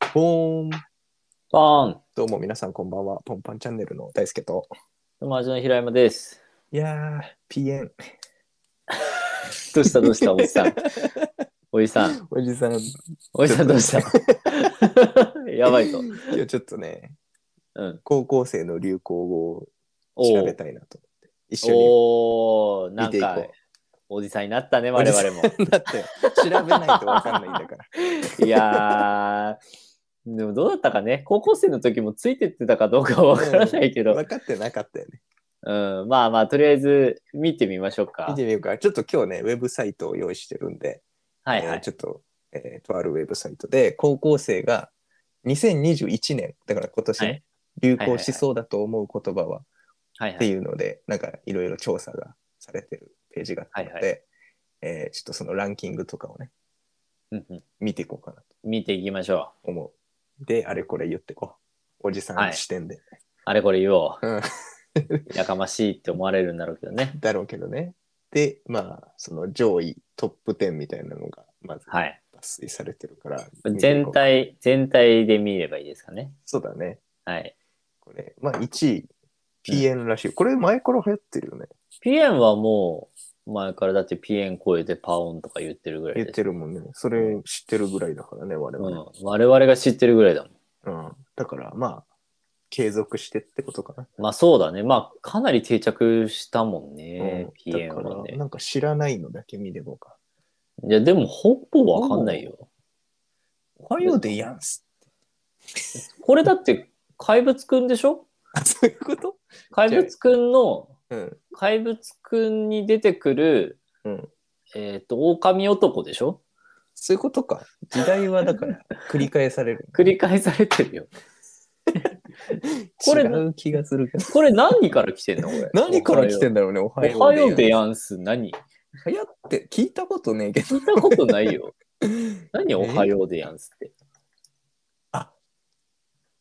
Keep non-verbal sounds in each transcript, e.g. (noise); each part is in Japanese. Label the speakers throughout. Speaker 1: ポーン
Speaker 2: パーン、
Speaker 1: どうも皆さんこんばんは。ポンパンチャンネルの大輔と。
Speaker 2: 友達の平山です。
Speaker 1: いやー、PN。
Speaker 2: どうしたどうしたおじさ
Speaker 1: (laughs)
Speaker 2: ん。おじさん、
Speaker 1: おじさん、
Speaker 2: おじさんどうし
Speaker 1: (laughs)
Speaker 2: たやばいぞ。
Speaker 1: 今日ちょっとね、
Speaker 2: うん。
Speaker 1: 高校生の流行語を
Speaker 2: お
Speaker 1: 調べ
Speaker 2: ー
Speaker 1: たいなと思って。一緒に
Speaker 2: おー、な
Speaker 1: 見て
Speaker 2: ん
Speaker 1: いこ
Speaker 2: か、おじさんになったね、我々も。
Speaker 1: う。だって、調べないとわかんないんだから。
Speaker 2: いやー、でもどうだったかね。高校生の時もついてってたかどうかはわからないけど、
Speaker 1: 分かってなかったよね。
Speaker 2: うん、まあまあ、とりあえず見てみましょうか
Speaker 1: 見。てみようか。ちょっと今日ね、ウェブサイトを用意してるんで、
Speaker 2: はいは
Speaker 1: えー
Speaker 2: い。
Speaker 1: ちょっと、えーとあるウェブサイトで、高校生が2021年、だから今年ね、
Speaker 2: はい
Speaker 1: 流行しそうだと思う言葉は
Speaker 2: はい
Speaker 1: っ
Speaker 2: は
Speaker 1: て
Speaker 2: い。
Speaker 1: いうので、なんかいろいろ調査がされてるページがあったので、
Speaker 2: はいは
Speaker 1: えーちょっとそのランキングとかをね、
Speaker 2: うんうん
Speaker 1: 見ていこうかなと
Speaker 2: 見ていきましょう。
Speaker 1: 思う。で、あれこれ言ってこう。おじさんの視点で。
Speaker 2: あれこれ言お
Speaker 1: うん
Speaker 2: う。やかましいって思われるんだろうけどね。
Speaker 1: だろうけどね。で、まあ、その上位トップ10みたいなのが、まず抜
Speaker 2: はい。
Speaker 1: 粋されてるから、
Speaker 2: 全
Speaker 1: 見ていこ
Speaker 2: 体、全体で見ればいいですかね
Speaker 1: う。。そうだね。
Speaker 2: はい。
Speaker 1: これ、まあ1位、PN らしい。これ前から流行ってるよね。
Speaker 2: PN はもう、前からだって PN 超えてパオンとか言ってるぐらい
Speaker 1: 言っ
Speaker 2: です。
Speaker 1: てるもんね。それ知ってるぐらいだからね、我
Speaker 2: う
Speaker 1: 々。
Speaker 2: ん。我々が知ってるぐらいだもん。
Speaker 1: うん、だから、まあ、継続してってことかな。
Speaker 2: まあそうだね。まあかなり定着したもんね。
Speaker 1: うん
Speaker 2: PN
Speaker 1: だから
Speaker 2: は、ね
Speaker 1: な。んか知らないのだけ見ればか。
Speaker 2: いや、でもほぼわかんないよ。
Speaker 1: おはようでやんす。
Speaker 2: これだって怪物くんでしょ
Speaker 1: あ、 (laughs) そういうこと
Speaker 2: 怪物くんの、
Speaker 1: うん。
Speaker 2: 怪物くんに出てくる、
Speaker 1: うん。
Speaker 2: えっ、と、狼男でしょ
Speaker 1: そういうことか。時代はだ (laughs) から、繰り返される。
Speaker 2: 繰り返されてるよ。これ
Speaker 1: 違う気がするけど。
Speaker 2: これ何から来てんのこれ
Speaker 1: 何から来てんだろうね、おは
Speaker 2: おは
Speaker 1: よ
Speaker 2: よ
Speaker 1: う
Speaker 2: う
Speaker 1: で
Speaker 2: で
Speaker 1: やん
Speaker 2: やんす何
Speaker 1: す。流行って、聞いたことねえけど。
Speaker 2: 聞いたことないよ。
Speaker 1: (laughs)
Speaker 2: 何おはようでやんすって。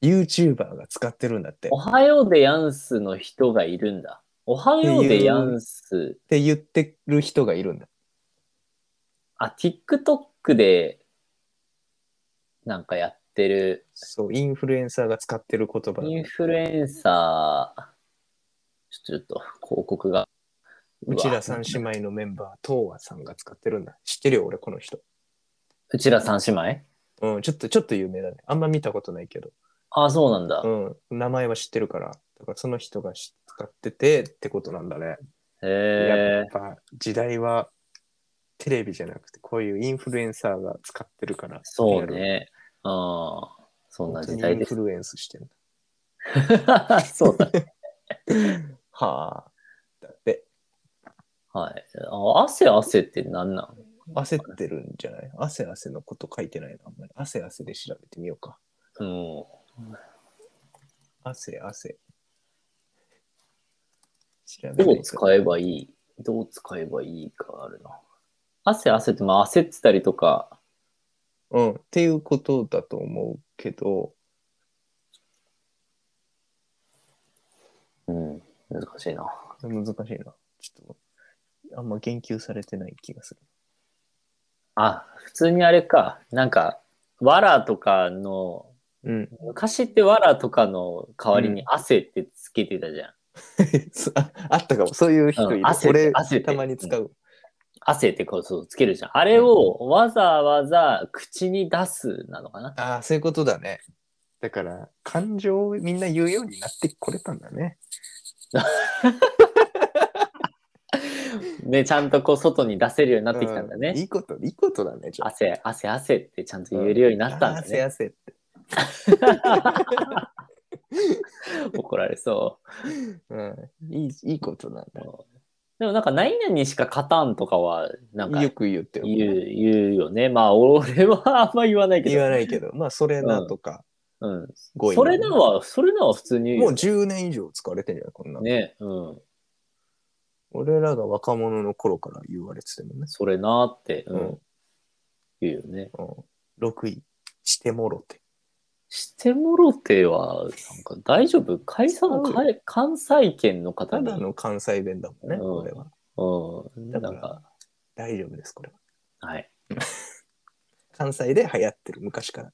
Speaker 1: YouTuber が使ってるんだって。っ
Speaker 2: おはようでやんすの人がいるんだ。おはようでやんす。
Speaker 1: て言ってる人がいるんだ。
Speaker 2: あ、TikTok でなんかやってる
Speaker 1: そう、インフルエンサーが使ってる言葉
Speaker 2: インフルエンサー。ちょっと広告が。
Speaker 1: うちら三
Speaker 2: ん。
Speaker 1: 姉妹のメンバー、東和さんが使ってるんだ。知ってるよ、俺、この人。
Speaker 2: うちら三姉妹
Speaker 1: うん、ちょっと、ちょっと有名だね。あんま見たことないけど。
Speaker 2: あ、そうなんだ。
Speaker 1: うん、名前は知ってるから。だからその人が知使っててってことなんだね。や
Speaker 2: へ
Speaker 1: っぱ時代はテレビじゃなくてこういうインフルエンサーが使ってるから。
Speaker 2: そう
Speaker 1: リアル。
Speaker 2: ね。うん。そんな
Speaker 1: 本当
Speaker 2: 時
Speaker 1: にイ
Speaker 2: 代
Speaker 1: ン
Speaker 2: で
Speaker 1: フ
Speaker 2: す。
Speaker 1: ルエンスしてるんだ。
Speaker 2: (laughs) そうだ。
Speaker 1: はあ。だって
Speaker 2: はい。あ汗汗って何なん
Speaker 1: 焦ってるんじゃない汗汗のこと書いてないな。あんまり汗汗で調べてみようか。
Speaker 2: うん。
Speaker 1: 汗汗。調べ
Speaker 2: ど
Speaker 1: ないと
Speaker 2: う使えばいいどう使えばいいかあるな。汗汗って、まあ焦ってたりとか、
Speaker 1: うん、っていうことだと思うけど、
Speaker 2: うん、難しいな。
Speaker 1: 難しいな。ちょっと、あんま言及されてない気がする。
Speaker 2: あ、普通にあれか。なんか、わらとかの、
Speaker 1: うん。
Speaker 2: 昔ってわらとかの代わり
Speaker 1: う
Speaker 2: に汗ってつけてたじゃん。
Speaker 1: (laughs) ああったかも。そういう人いる。
Speaker 2: うん汗
Speaker 1: 俺
Speaker 2: 汗
Speaker 1: たまに使う。
Speaker 2: 汗ってこうそうつけるじゃん。あれをわざわざ口に出すなのかな。
Speaker 1: ああ、そういうことだね。だから、感情をみんな言うようになってこれたんだね。
Speaker 2: で、ちゃんとこう外に出せるようになってきたんだ
Speaker 1: うい
Speaker 2: ね。
Speaker 1: いこと、いいことだね。じゃあ
Speaker 2: 汗、汗、汗ってちゃんと言えるようになったんだ
Speaker 1: 汗
Speaker 2: ね。
Speaker 1: 汗って。
Speaker 2: (laughs) 怒られそう。
Speaker 1: うん。いい、いいことなんだ。
Speaker 2: でもなんか、何々しか勝たんとかは、なんか
Speaker 1: よく言って
Speaker 2: 言う、言うよね。まあ、俺はあんま言わないけど。
Speaker 1: 言わないけど、まあ、それなとか、
Speaker 2: うん。
Speaker 1: 語彙
Speaker 2: それなは、それなは普通に言う
Speaker 1: もう
Speaker 2: よ
Speaker 1: 10年以上使われてんじゃないこんなの。
Speaker 2: ね。うん。
Speaker 1: 俺らが若者の頃から言われてたもんね。
Speaker 2: それなって、うん、
Speaker 1: うん
Speaker 2: 言うよね。
Speaker 1: うん、6位、してもろて。
Speaker 2: してもろては、なんか大丈夫解散
Speaker 1: そうよ
Speaker 2: かい関西圏の方
Speaker 1: た
Speaker 2: に
Speaker 1: だの関西弁だもんね、
Speaker 2: うん
Speaker 1: これは。
Speaker 2: うん。な
Speaker 1: だ
Speaker 2: ん
Speaker 1: から
Speaker 2: か、
Speaker 1: 大丈夫です、これは。
Speaker 2: はい。 (laughs)
Speaker 1: 関西で流行ってる、昔から。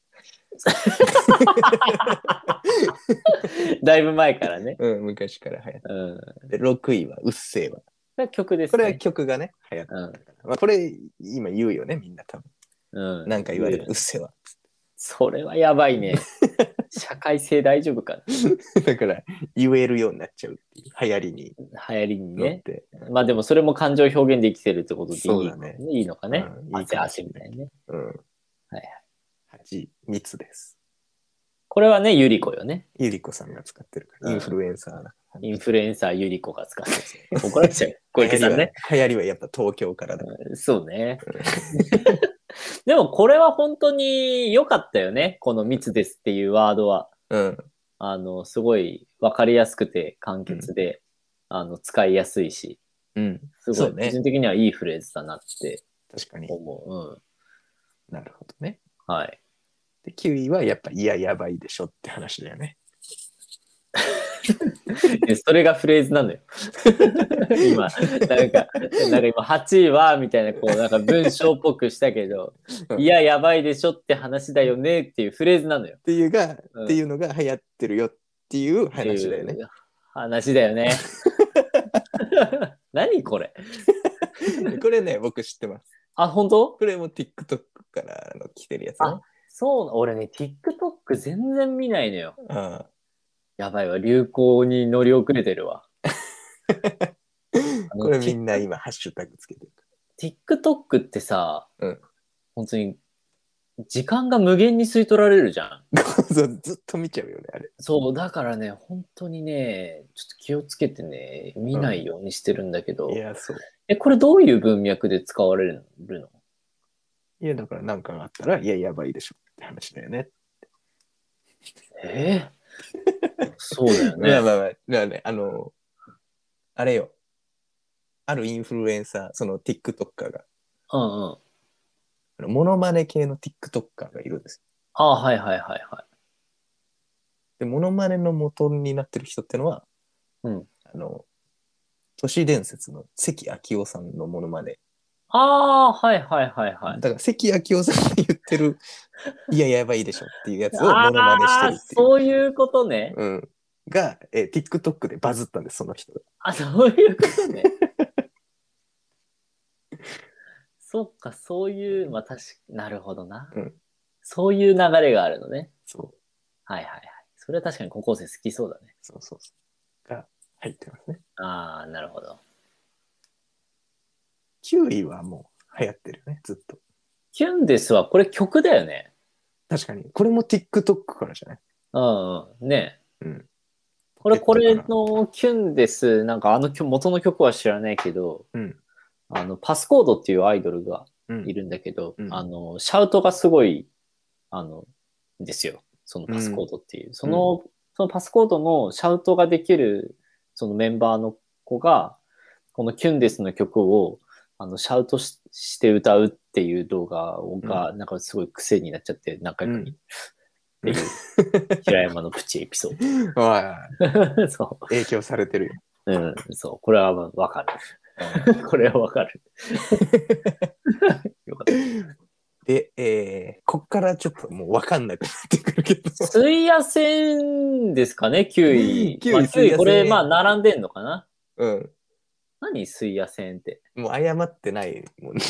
Speaker 2: だいぶ前からね。
Speaker 1: うん、昔から流行っ
Speaker 2: うん。
Speaker 1: て。6位は、うっせぇわ。
Speaker 2: それは曲です
Speaker 1: これ
Speaker 2: ね。
Speaker 1: は曲がね、流行って
Speaker 2: うん
Speaker 1: たから。まあ、これ、今言うよね、みんな多分。
Speaker 2: うん、
Speaker 1: なんか言われる、うっせぇわ。
Speaker 2: それはやばいね。社会性大丈夫か
Speaker 1: (laughs) だから、言えるようになっちゃうっていう、流行りに
Speaker 2: な流行りに
Speaker 1: 乗っ
Speaker 2: ね。
Speaker 1: て。
Speaker 2: まあでもそれも感情表現できてるってことでいい,、
Speaker 1: そうだね
Speaker 2: いいのかね。
Speaker 1: うんいい
Speaker 2: 汗
Speaker 1: かも
Speaker 2: 汗
Speaker 1: しれ
Speaker 2: みた
Speaker 1: ない
Speaker 2: なね。
Speaker 1: うん。
Speaker 2: はい
Speaker 1: 8位、密です。
Speaker 2: これはね、ゆり子よね。
Speaker 1: ゆりこさんが使ってるから、
Speaker 2: うん
Speaker 1: インフルエンサーだから。
Speaker 2: インフルエンサーゆり子が使って
Speaker 1: (laughs)
Speaker 2: る。怒られちゃう。小池さんね。
Speaker 1: 流行りはやっぱ東京からだ。
Speaker 2: そ
Speaker 1: (laughs)
Speaker 2: うね。でもこれは本当に良かったよね。この密ですっていうワードは。
Speaker 1: うん。
Speaker 2: あの、すごい分かりやすくて簡潔で、あの、使いやすいし、
Speaker 1: うん。
Speaker 2: すご
Speaker 1: そ
Speaker 2: い、
Speaker 1: うね
Speaker 2: 個人的にはいいフレーズだなって
Speaker 1: 確かに。
Speaker 2: 思う。
Speaker 1: なるほどね。
Speaker 2: うん。はい。
Speaker 1: (laughs) で、9位はやっぱ、いや、やばいでしょって話だよね。
Speaker 2: でそれがフレー
Speaker 1: (laughs)
Speaker 2: ズなのよ。今、なんか、なんか今、8位は、みたいな、こう、なんか文章っぽくしたけど、
Speaker 1: うん
Speaker 2: いや、やばいでしょって話だよねっていうフレーズなのよ。
Speaker 1: っていうが、
Speaker 2: うん
Speaker 1: っていうのが流行ってるよっていう話だよね
Speaker 2: ってい。う。話だよね。何これ。
Speaker 1: (laughs) これね、僕知ってます。
Speaker 2: あ、本当
Speaker 1: これも TikTok からあの来てるやつね。
Speaker 2: あそうな、俺ね、TikTok 全然見ないのよ。
Speaker 1: あ
Speaker 2: やばいわ、流行に乗り遅れて
Speaker 1: (laughs)
Speaker 2: るわ。あの
Speaker 1: これみんな今、ハッシュタグつけてる。 (laughs)
Speaker 2: TikTok ってさ、
Speaker 1: うん
Speaker 2: 本当に、時間が無限に吸い取られるじゃん。
Speaker 1: そうずっと見ちゃうよね、あれ。
Speaker 2: そう、だからね、本当にね、ちょっと気をつけてね、見ないようにしてるんだけど、
Speaker 1: いや、そう。
Speaker 2: え、これどういう文脈で使われるの
Speaker 1: いや、だからなんかあったら、いや、やばいでしょって話だよね。
Speaker 2: えーそうだ
Speaker 1: (laughs) まあ
Speaker 2: よね。
Speaker 1: まあまあ、だからね、あの、あれよ。あるインフルエンサー、その TikToker が、
Speaker 2: うんうん。
Speaker 1: あのモノマネ系の TikToker がいるんですよ。
Speaker 2: ああ、はいはいはいは
Speaker 1: で、モノマネの元になってる人ってのは、
Speaker 2: うん
Speaker 1: あの、都市伝説の関明夫さんのモノマネ。
Speaker 2: い。ああー、はいはいはいはい。
Speaker 1: だから関明夫さんが言って
Speaker 2: (laughs)
Speaker 1: る、いや、やばいでしょっていうやつをモ
Speaker 2: あ
Speaker 1: ノマネしてる
Speaker 2: ー
Speaker 1: っていう。
Speaker 2: そういうことね。
Speaker 1: うん。が、えー TikTok でバズったんです、その人が。
Speaker 2: あ、そういうこ
Speaker 1: (laughs)
Speaker 2: とね。そっか、そういう、まあ、確か、なるほどな、
Speaker 1: うん
Speaker 2: そういう流れがあるのね。
Speaker 1: そう。
Speaker 2: はいはいはい。それは確かに高校生好きそうだね。
Speaker 1: そうそうそう。が入ってますね。
Speaker 2: ああ、なるほど。
Speaker 1: 9位はもう流行ってるよね、ずっと。
Speaker 2: キュンですは、これ曲だよね。
Speaker 1: 確かに。これも TikTok からじゃない
Speaker 2: うんうん。ねえ
Speaker 1: うん。
Speaker 2: これ、これ
Speaker 1: ポケット
Speaker 2: のキュンです、なんかあの曲、元の曲は知らないけど、
Speaker 1: うん
Speaker 2: あの、パスコードっていうアイドルが
Speaker 1: からうん
Speaker 2: いるんだけど、
Speaker 1: うん
Speaker 2: あの、シャウトがすごい、あの、ですよ。そのパスコードっていう。その、そのパスコードのシャウトができる、そのメンバーの子が、このキュンデスの曲を、あの、シャウトしして歌うっていう動画が、なんかすごい癖になっちゃって、何回かに。って
Speaker 1: (laughs)
Speaker 2: いう、平山のプチエピソー
Speaker 1: お
Speaker 2: ド。 (laughs) そ
Speaker 1: い影響されてるよ。
Speaker 2: う。うん。そう。これはまあわかる。これはわかる。よかった。
Speaker 1: で、えー、こっからちょっともう分かんなくなってくるけど。
Speaker 2: 水野戦ですかね、9位。
Speaker 1: 9位
Speaker 2: まあ、
Speaker 1: 水野
Speaker 2: 9
Speaker 1: 戦
Speaker 2: 位これ、まあ、並んでんのかな
Speaker 1: うん。
Speaker 2: 何水野戦って。 (laughs)
Speaker 1: もう謝ってないもん (laughs) ね。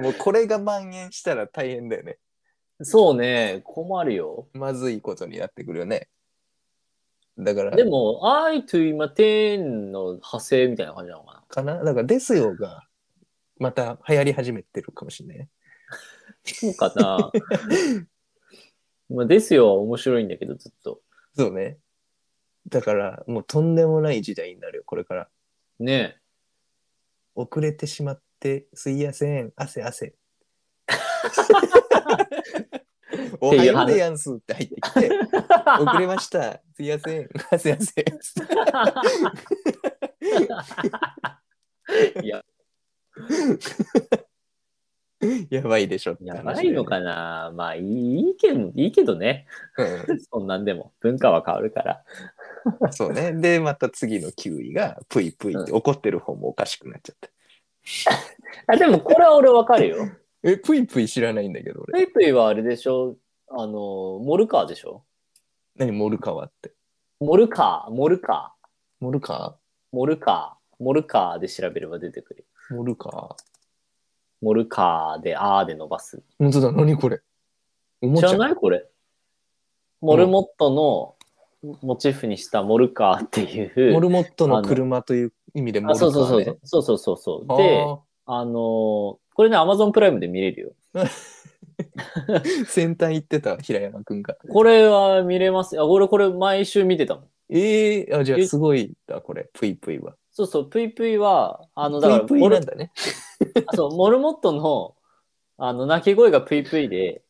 Speaker 1: もうこれが蔓延したら大変だよね。
Speaker 2: そうね、困るよ。
Speaker 1: まずいことになってくるよね。だから、
Speaker 2: でも、愛と今、天の派生みたいな感じなのか
Speaker 1: かなだから、ですよが、また流行り始めてるかもしれないね。
Speaker 2: なそうか
Speaker 1: (laughs)
Speaker 2: なまあ、ですよは面白いんだけど、ずっと。
Speaker 1: そうね。だから、もうとんでもない時代になるよ、これから。
Speaker 2: ね
Speaker 1: (laughs) 遅れてしまってすいやせん汗
Speaker 2: (laughs)
Speaker 1: 汗おはようでやんすって入ってき
Speaker 2: (laughs)
Speaker 1: て遅れましたすいやせん汗汗
Speaker 2: え。いや、
Speaker 1: やばいでしょって
Speaker 2: や
Speaker 1: 話
Speaker 2: ばいのかなまあ、いいいいけど、いいけどね。そんなんでも。文化は変わるから。
Speaker 1: うんそうねでまた次の9位がプイプイって怒ってる方もおかしくなっちゃっ
Speaker 2: あ、でも、これは俺わかるよ。
Speaker 1: え、ぷいぷい知らないんだけど、
Speaker 2: プ
Speaker 1: 俺。
Speaker 2: イプイはあれでしょあの、モルカーでしょ
Speaker 1: 何、モルカワって。
Speaker 2: モルカー、モルカ
Speaker 1: モルカ
Speaker 2: ー、モルカー、モルカーで調べれば出てくるよ。
Speaker 1: ーモルカ
Speaker 2: モルカーで、あーで伸ばす。
Speaker 1: ー本当だ、何これ。おも
Speaker 2: 知
Speaker 1: ちゃ。
Speaker 2: らないこれ。モルモットのモチーフにしたモルカーっていう。
Speaker 1: モルモットの車という意味でモル
Speaker 2: あ
Speaker 1: カ
Speaker 2: そうそう
Speaker 1: ー、
Speaker 2: そう
Speaker 1: ね。
Speaker 2: そう。そうそうそうそう。で、あのーこれね、アマゾンプライムで見れるよ。
Speaker 1: あー先端行ってた、平山くんが。
Speaker 2: これは見れます。あ、俺これ毎週見てたもん。
Speaker 1: ええあ、じゃ
Speaker 2: え
Speaker 1: あすごいんだ、これ。ぷいぷいは。
Speaker 2: そうそう、ぷいぷいは、あの、だ
Speaker 1: ぷ
Speaker 2: から
Speaker 1: いぷい
Speaker 2: モル
Speaker 1: なんだね。
Speaker 2: あそう、モルモットの、あの、鳴き声がぷいぷいで、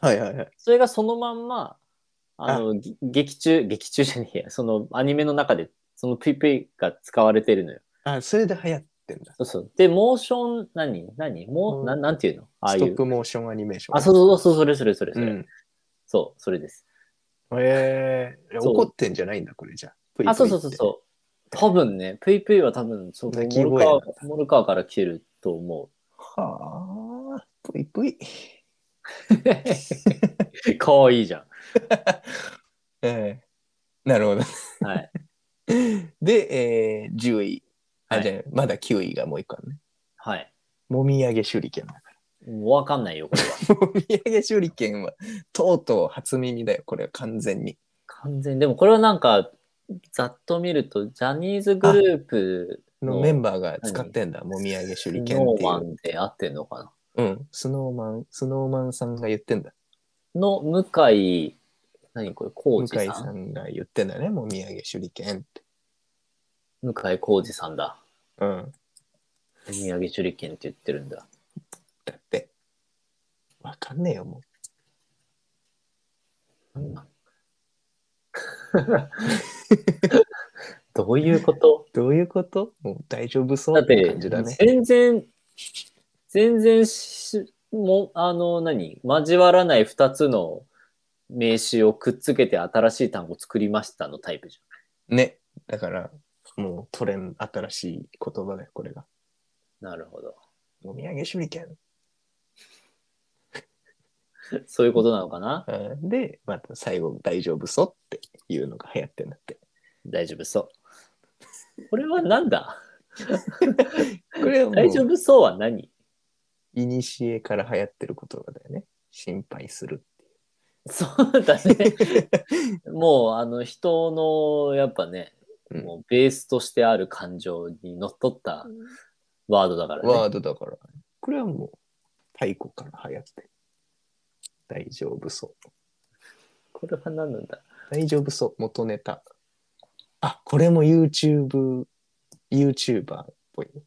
Speaker 1: はいはいはい。
Speaker 2: それがそのまんま、あの、ぎ劇中、劇中じゃねえや、そのアニメの中で、そのぷいぷいが使われてるのよ。
Speaker 1: あ、それで流行ってんだ。
Speaker 2: そうそう。で、モーション、何何も
Speaker 1: う
Speaker 2: う、
Speaker 1: ん
Speaker 2: ななんていうのああ
Speaker 1: ス
Speaker 2: い
Speaker 1: トッ
Speaker 2: う。
Speaker 1: プモーションアニメーション。
Speaker 2: あ、そうそうそう、それそれそれそれ。
Speaker 1: うん。
Speaker 2: そう、それです。
Speaker 1: ええ
Speaker 2: そう
Speaker 1: 怒ってんじゃないんだ、これじゃあ。ぷいぷいって
Speaker 2: あ、そうそうそうそう。多分ね、ぷいぷいは多分、そう、モ
Speaker 1: 鳴
Speaker 2: ル
Speaker 1: き声
Speaker 2: カ
Speaker 1: なん
Speaker 2: ー、モルカーから来てると思
Speaker 1: はあ、ぷいぷい。
Speaker 2: う。 (laughs) かわいいじゃ
Speaker 1: ええなるほど。
Speaker 2: ん。はい。
Speaker 1: で、えー、10位。あ、
Speaker 2: はい
Speaker 1: じゃあまだ9位がもう一個あるね。
Speaker 2: はい。
Speaker 1: もみあげ手裏剣 (laughs) だか
Speaker 2: もうわかんないよ、これは。
Speaker 1: ら。もみあげ手裏剣は、とうとう初耳だよ、これは完全に。
Speaker 2: 完全にでもこれはなんか、ざっと見ると、ジャニーズグループ
Speaker 1: のメンバーが使ってんだ、もみあげ手裏剣っ
Speaker 2: ノ
Speaker 1: て
Speaker 2: ー
Speaker 1: い
Speaker 2: マ
Speaker 1: う。
Speaker 2: ンで合ってんのか
Speaker 1: うん、スノーマン、スノーマンさんが言ってんだ。
Speaker 2: なの、向井、何これ、浩
Speaker 1: 向井
Speaker 2: 二さ
Speaker 1: さ
Speaker 2: ん
Speaker 1: んが言ってんだね、もみあげ手裏剣って。
Speaker 2: 向井浩二さんだ。
Speaker 1: うん、
Speaker 2: 宮城手裏剣って言ってるんだ。 (laughs)
Speaker 1: だって。わかんねえよ、もう。
Speaker 2: なんなんどういうこと
Speaker 1: どういうこともう大丈夫そ
Speaker 2: だ
Speaker 1: う
Speaker 2: っ
Speaker 1: って
Speaker 2: て
Speaker 1: 感じだね。
Speaker 2: 全然、全然し、もあの、何交わらない2つの名詞をくっつけて新しい単語作りましたのタイプじ
Speaker 1: ね。だから、もうトレン、新しい言葉だよ、これが。
Speaker 2: ゃん。なるほど。
Speaker 1: もみあげ手裏剣。
Speaker 2: そういうことなのかな
Speaker 1: うんで、また最後、大丈夫そうっていうのが流行ってんだって。
Speaker 2: 大丈夫そう。これはなんだ
Speaker 1: これはも
Speaker 2: 大丈
Speaker 1: う、
Speaker 2: 夫そうは何
Speaker 1: いにしえから流行ってる言葉だよね。心配する。
Speaker 2: (laughs) そうだ
Speaker 1: (laughs)
Speaker 2: ね。もう、あの、人の、やっぱね、
Speaker 1: うん
Speaker 2: もうベースとしてある感情にのっとったワードだからね。
Speaker 1: ワードだから。これはもう、太古から流行ってる。大丈夫そう。
Speaker 2: これは何なんだ
Speaker 1: 大丈夫そう、元ネタ。あ、これも YouTube、YouTuber っぽいね。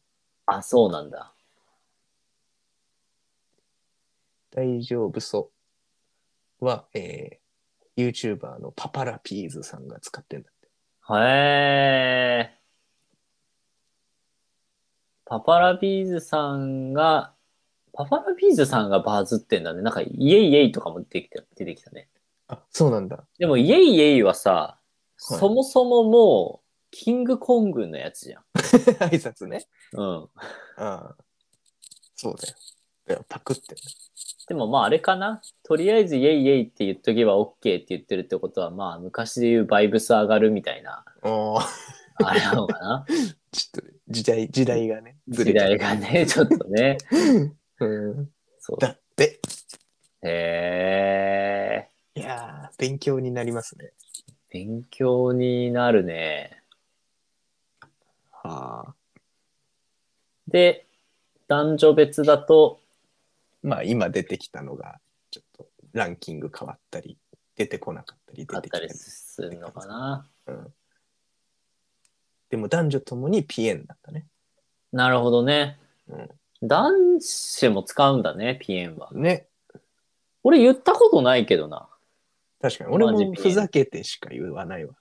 Speaker 2: あ、そうなんだ。
Speaker 1: 大丈夫そうは、えー、YouTuber のパパラピーズさんが使ってんだって。
Speaker 2: へえ。パパラビーズさんが、パパラビーズさんがバズってんだね。なんか、イエイイエイとかも出てきた出てきたね。
Speaker 1: あ、そうなんだ。 (laughs)
Speaker 2: でも、イエイイエイはさ、
Speaker 1: はい
Speaker 2: そもそももう、キングコングのやつじゃん。
Speaker 1: 挨拶ね。
Speaker 2: うん。
Speaker 1: ああ。そうだよ。だからパクってんだ。
Speaker 2: でもまああれかな。とりあえずイエイイエイって言っとけば OK って言ってるってことは、まあ昔で言うバイブス上がるみたいな、
Speaker 1: おー
Speaker 2: あれなのかな。
Speaker 1: ちょっと時代、時代がね、 (laughs) ず
Speaker 2: 時
Speaker 1: れちゃ
Speaker 2: 代
Speaker 1: う。
Speaker 2: がね、ちょっとね。
Speaker 1: うん。
Speaker 2: そう。
Speaker 1: だって、
Speaker 2: へえ、
Speaker 1: いやー、勉強になりますね。
Speaker 2: 勉強になるね。
Speaker 1: はあ。
Speaker 2: で、男女別だと、
Speaker 1: まあ、今出てきたのが、ちょっとランキング変わったり、出てこなかったり、
Speaker 2: あ
Speaker 1: 出
Speaker 2: って
Speaker 1: き
Speaker 2: た
Speaker 1: たり
Speaker 2: り。するのかな。
Speaker 1: うん。でも男女ともにピエンだったね。
Speaker 2: なるほどね。
Speaker 1: うん
Speaker 2: 男子も使うんだね、ピエンは。
Speaker 1: ね。
Speaker 2: 俺言ったことないけどな。
Speaker 1: 確かに。俺
Speaker 2: マジピエン
Speaker 1: もふざけてしか言わないわ。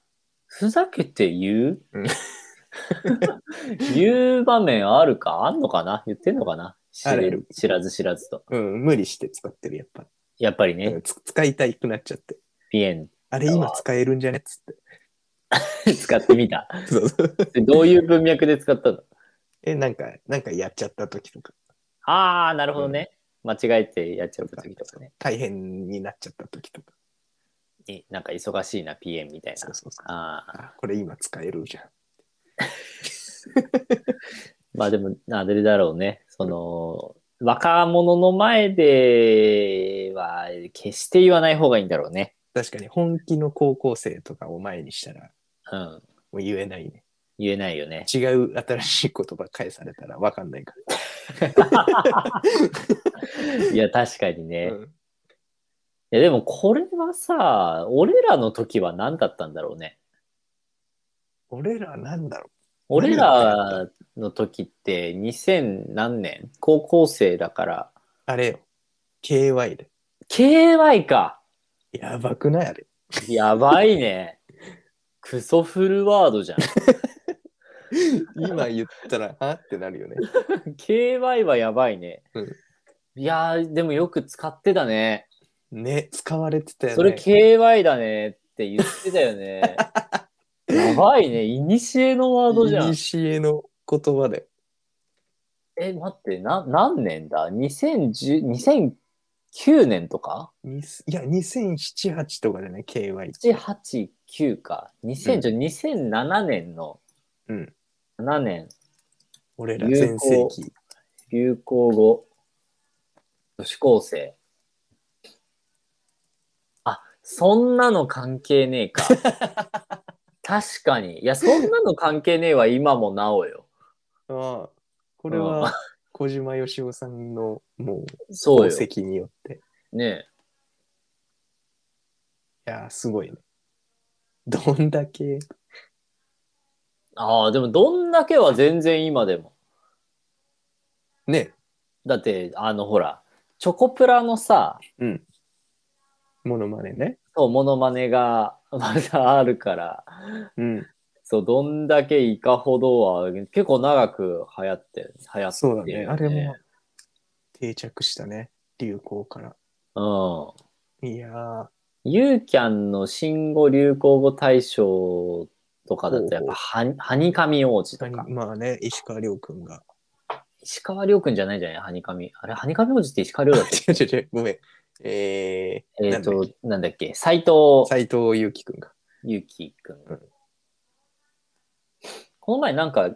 Speaker 2: ふざけて言う
Speaker 1: うん
Speaker 2: (laughs)
Speaker 1: (laughs)
Speaker 2: 言う場面あるかあんのかな言ってんのかな知
Speaker 1: あるあ
Speaker 2: れ
Speaker 1: る
Speaker 2: 知らず知らずと。
Speaker 1: うん、無理して使ってる、やっぱ。
Speaker 2: やっぱり
Speaker 1: う
Speaker 2: ね、
Speaker 1: んつ使いたくなっちゃって。
Speaker 2: ピエン
Speaker 1: あれ今使えるんじゃねっつっ
Speaker 2: 使ってみた。 (laughs)
Speaker 1: て。そう (laughs) そう。
Speaker 2: でどういう文脈で使ったの
Speaker 1: え、なんか、なんかやっちゃった時とか。
Speaker 2: ああ、なるほどね。間違えてやっちゃった時とかね。
Speaker 1: 大変になっちゃった時とか。
Speaker 2: いなんか忙しいな、PM みたい
Speaker 1: そ
Speaker 2: な
Speaker 1: う。そうそう
Speaker 2: ああ。
Speaker 1: あこれ今使えるじゃん。
Speaker 2: まあでも、あれだろうね。その、若者の前では、決して言わない方がいいんだろうね。
Speaker 1: 確かに本気の高校生とかを前にしたら
Speaker 2: うん。
Speaker 1: もう言えないね。
Speaker 2: 言えないよね。
Speaker 1: 違う新しい言葉返されたら分かんないか
Speaker 2: いや、確かにね。
Speaker 1: ら。
Speaker 2: いうや、でもこれはさ、俺らの時は何だったんだろうね。
Speaker 1: ん俺らなんだろ
Speaker 2: 俺らの時って2000何年高校生だから。
Speaker 1: うあれよ。KY で。
Speaker 2: KY か。
Speaker 1: やばくないあれ。
Speaker 2: やば
Speaker 1: (laughs)
Speaker 2: いね。クソフルワードじゃん。
Speaker 1: 今言ったら、あってなるよね。
Speaker 2: KY はやばいね。
Speaker 1: うん
Speaker 2: いやー、でもよく使ってたね。
Speaker 1: (laughs) ね、使われてたよね。
Speaker 2: それ KY だねって言ってた
Speaker 1: (laughs)
Speaker 2: よね。やばいね。いにしえのワードじゃ
Speaker 1: い
Speaker 2: ん
Speaker 1: に。しえの言葉で。
Speaker 2: え、待って、な、何年だ ?2010、2009年とか
Speaker 1: にいや、2007、8とかでね、KY って。
Speaker 2: ?7、8、9か。2010、2007年の、
Speaker 1: うん
Speaker 2: 7年、
Speaker 1: 俺ら全盛期。
Speaker 2: 流行語、女子高生。あ、そんなの関係ねえ
Speaker 1: (laughs)
Speaker 2: か。確かに。いや、そんなの関係ねえは今もなおよ。
Speaker 1: ああこれ
Speaker 2: う
Speaker 1: は、小島よしおさんの、もう、功
Speaker 2: そうよ。
Speaker 1: 績によって。
Speaker 2: ね
Speaker 1: いやー、すごいね。どんだけ、
Speaker 2: ああ、でもどんだけは全然今でも。
Speaker 1: ね、
Speaker 2: だって、あの、ほら、チョコプラのさ、
Speaker 1: うん。モノマネね。
Speaker 2: そう、モノマネが (laughs) まだあるから、
Speaker 1: うん。
Speaker 2: そう、どんだけいかほどは、結構長く流行って、流行って
Speaker 1: そうだ
Speaker 2: る
Speaker 1: ね。
Speaker 2: よ
Speaker 1: あれも、定着したね。流行から。
Speaker 2: うん。
Speaker 1: いやー、
Speaker 2: ユーキャンの新語・流行語大賞とかだと、やっぱはに、はにかみ王子とか。
Speaker 1: まあね、石川遼君が。
Speaker 2: 石川遼くんじゃないじゃないはにかみ。あれ、はにかみ王子って石川遼だっけ
Speaker 1: (laughs) 違う違う違う、ごめん。えー、(laughs)
Speaker 2: え
Speaker 1: な
Speaker 2: っ
Speaker 1: んだ
Speaker 2: と
Speaker 1: っけ、
Speaker 2: なんだっけ斎藤
Speaker 1: 斎藤佑樹君が。
Speaker 2: 祐樹くん
Speaker 1: うん。
Speaker 2: この前なんか、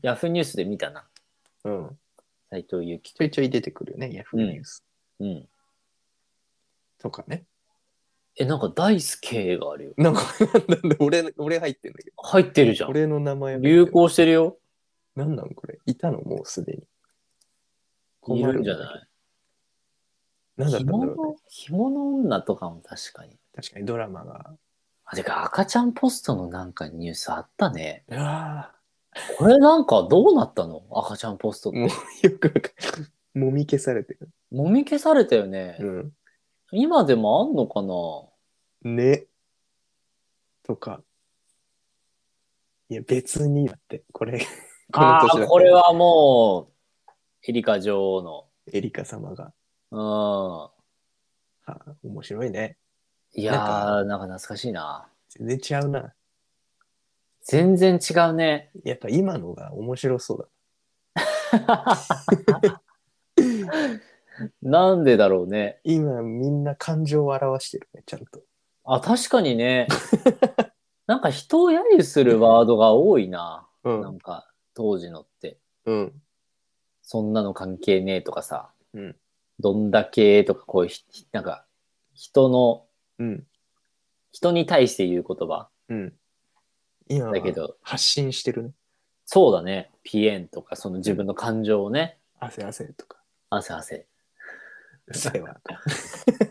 Speaker 2: ヤフーニュースで見たな。
Speaker 1: うん。
Speaker 2: 斎藤祐樹
Speaker 1: ちょいちょい出てくるよね、ヤフーニュース
Speaker 2: うん。
Speaker 1: とかね。
Speaker 2: え、なんか大輔があるよ。
Speaker 1: なんか、なんだ俺、俺入ってんだけど。
Speaker 2: 入ってるじゃん。
Speaker 1: 俺の名前が
Speaker 2: 流。行してるよ。
Speaker 1: なんなんこれ。いたのもうすでに。困
Speaker 2: い
Speaker 1: る
Speaker 2: るんじゃない
Speaker 1: なんだったんだ
Speaker 2: 紐
Speaker 1: ろうね。
Speaker 2: の、紐の女とかも確かに。
Speaker 1: 確かにドラマが。
Speaker 2: あ、てか赤ちゃんポストのなんかニュースあったね。
Speaker 1: うわ
Speaker 2: これなんかどうなったの赤ちゃんポストっ
Speaker 1: ーも
Speaker 2: て。
Speaker 1: うよくわかんない。もみ消されてる。
Speaker 2: もみ消されたよね。
Speaker 1: う。
Speaker 2: 今でもあんのかなん
Speaker 1: ね。とか。いや、別にだって、これ、この
Speaker 2: (laughs) あ
Speaker 1: 年だった
Speaker 2: あー、
Speaker 1: ら
Speaker 2: これはもう、エリカ女王
Speaker 1: エリカ様が。
Speaker 2: の。
Speaker 1: はあ、面白いね。
Speaker 2: うん。いやー、なんか懐かしいな。
Speaker 1: 全然違うな。
Speaker 2: 全然違
Speaker 1: (laughs)
Speaker 2: うね。
Speaker 1: やっぱ今のが面白そうだ。
Speaker 2: なんでだろうね。
Speaker 1: 今みんな感情を表してるね、ちゃんと。
Speaker 2: あ、確かにね。 (laughs) なんか人を揶揄するワードが多いな。
Speaker 1: う
Speaker 2: なんか、当時のって。
Speaker 1: うん。
Speaker 2: そんなの関係ねえとかさ、
Speaker 1: うん
Speaker 2: どんだけとか、こういうひ、なんか、人の、
Speaker 1: うん。
Speaker 2: 人に対して言う言葉
Speaker 1: うん。今は
Speaker 2: だけど、
Speaker 1: 発信してるね。
Speaker 2: そうだね、ピエンとか、その自分の感情をね、
Speaker 1: 汗汗と
Speaker 2: (laughs)
Speaker 1: か。
Speaker 2: 汗汗。
Speaker 1: うっせえわ。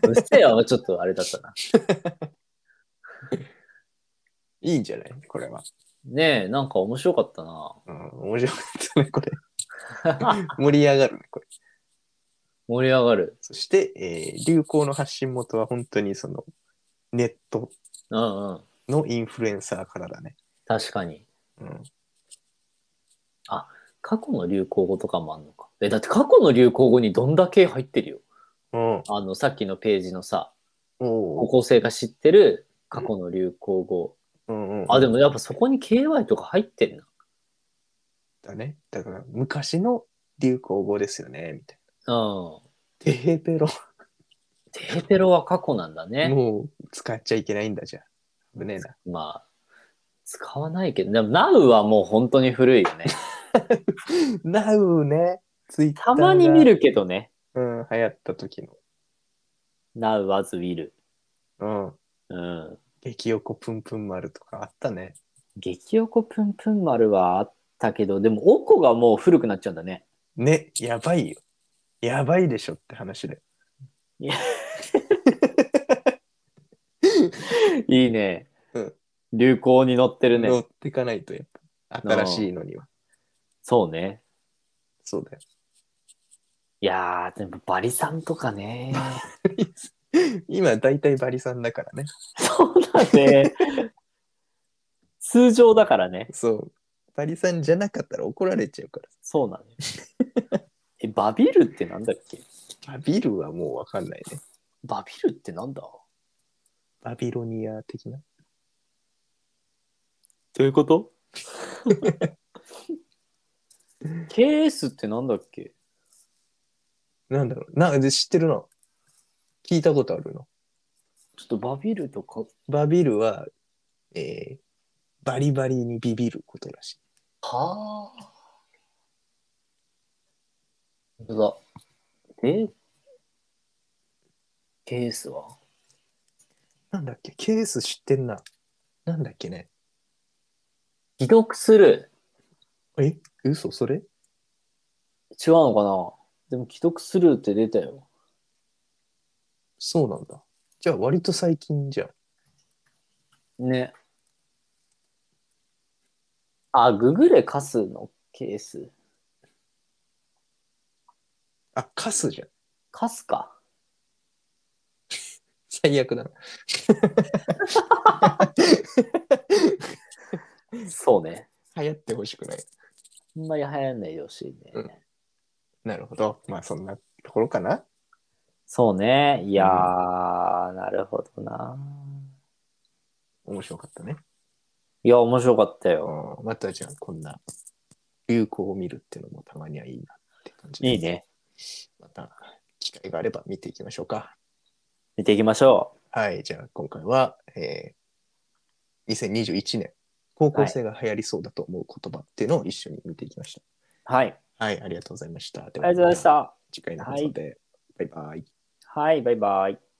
Speaker 2: うっせえわはちょっとあれだったな。
Speaker 1: いいんじゃないこれは。
Speaker 2: ねえ、なんか面白かったな。
Speaker 1: (laughs) うん。面白かったね、これ。盛り上がるね、これ。
Speaker 2: 盛り上がる。
Speaker 1: そして、えー流行の発信元は本当にその、ネット
Speaker 2: うんうん。
Speaker 1: のインフルエンサーからだね。
Speaker 2: 確かに。
Speaker 1: うん。
Speaker 2: 過去の流行語とかもあんのか。え、だって過去の流行語にどんだけ入ってるよ。
Speaker 1: うん。
Speaker 2: あの、さっきのページのさ、
Speaker 1: お
Speaker 2: 高
Speaker 1: ー
Speaker 2: 校生が知ってる過去の流行語。
Speaker 1: うんうん。
Speaker 2: あ、でもやっぱそこに KY とか入ってん
Speaker 1: だね。だから、昔の流行語ですよね、みたいな。
Speaker 2: な。うん。
Speaker 1: テヘペロ。
Speaker 2: テヘペロは過去なんだね。
Speaker 1: もう使っちゃいけないんだじゃん。危ねえな。
Speaker 2: まあ、使わないけど、でも Now はもう本当に古
Speaker 1: (laughs)
Speaker 2: いよね。
Speaker 1: なうね。ツイッター
Speaker 2: たまに見。るけどね。
Speaker 1: うん、流行った時
Speaker 2: Now as will。
Speaker 1: の。うん。
Speaker 2: うん。
Speaker 1: 激横プンプン丸とかあったね。
Speaker 2: 激横ぷんぷん丸はあったけど、でも、おこがもう古くなっちゃうんだね。
Speaker 1: ね、やばいよ。やばいでしょって話で。
Speaker 2: いいね。
Speaker 1: うん
Speaker 2: 流行に乗ってる
Speaker 1: 乗
Speaker 2: ね。
Speaker 1: ってかないとやっぱ、新しいのには。
Speaker 2: そうね。
Speaker 1: そうだよ。
Speaker 2: いやー、でもバリさんとか (laughs) ね。
Speaker 1: 今、大体バリさんだからね。
Speaker 2: そうだね。通常だからね。
Speaker 1: そう。バリさんじゃなかったら怒られちゃうか
Speaker 2: そう (laughs) なのよ。え、バビルってなんだっけ
Speaker 1: ら。バビルはもうわかんないね。
Speaker 2: バビルってなんだ
Speaker 1: バビロニア的な。
Speaker 2: どういうことケースってなんだっけ
Speaker 1: なんだろう。なんで知ってるな。聞いたことあるの。
Speaker 2: ちょっとバビルとか、
Speaker 1: バビルは、えーバリバリにビビることらしい。
Speaker 2: はあ。本当だ。で、ケースは
Speaker 1: なんだっけケース知ってんな。なんだっけね。
Speaker 2: 既読する。
Speaker 1: え嘘それ
Speaker 2: 違うのかなでも既読スルーって出たよ。
Speaker 1: そうなんだ。じゃあ割と最近じゃん。
Speaker 2: ね。あ、ググレカスのケース。
Speaker 1: あ、カスじゃん。
Speaker 2: カスか。
Speaker 1: 最悪だな。
Speaker 2: そうね。
Speaker 1: 流行ってほしくない。
Speaker 2: あんまり流行んないでほしいね。
Speaker 1: うんなるほど。まあそんなところかな。
Speaker 2: そうね。いやー、なるほどな。
Speaker 1: 面白かったね。
Speaker 2: いや、面白かったよ。
Speaker 1: うんまたじゃあこんな流行を見るっていうのもたまにはいいなって感じで
Speaker 2: いい。ね。
Speaker 1: また機会があれば見ていきましょうか。
Speaker 2: 見ていきましょ
Speaker 1: はい。じゃあ今回は、えー2021年高校生が流行りそうだと思う言葉っていうのを一緒に見ていきました。
Speaker 2: う。はい。
Speaker 1: はい、ありがとうございました。あり
Speaker 2: ありがとうございまし。た。
Speaker 1: 次回の放送で、バイバイ。
Speaker 2: はい、バイバイ。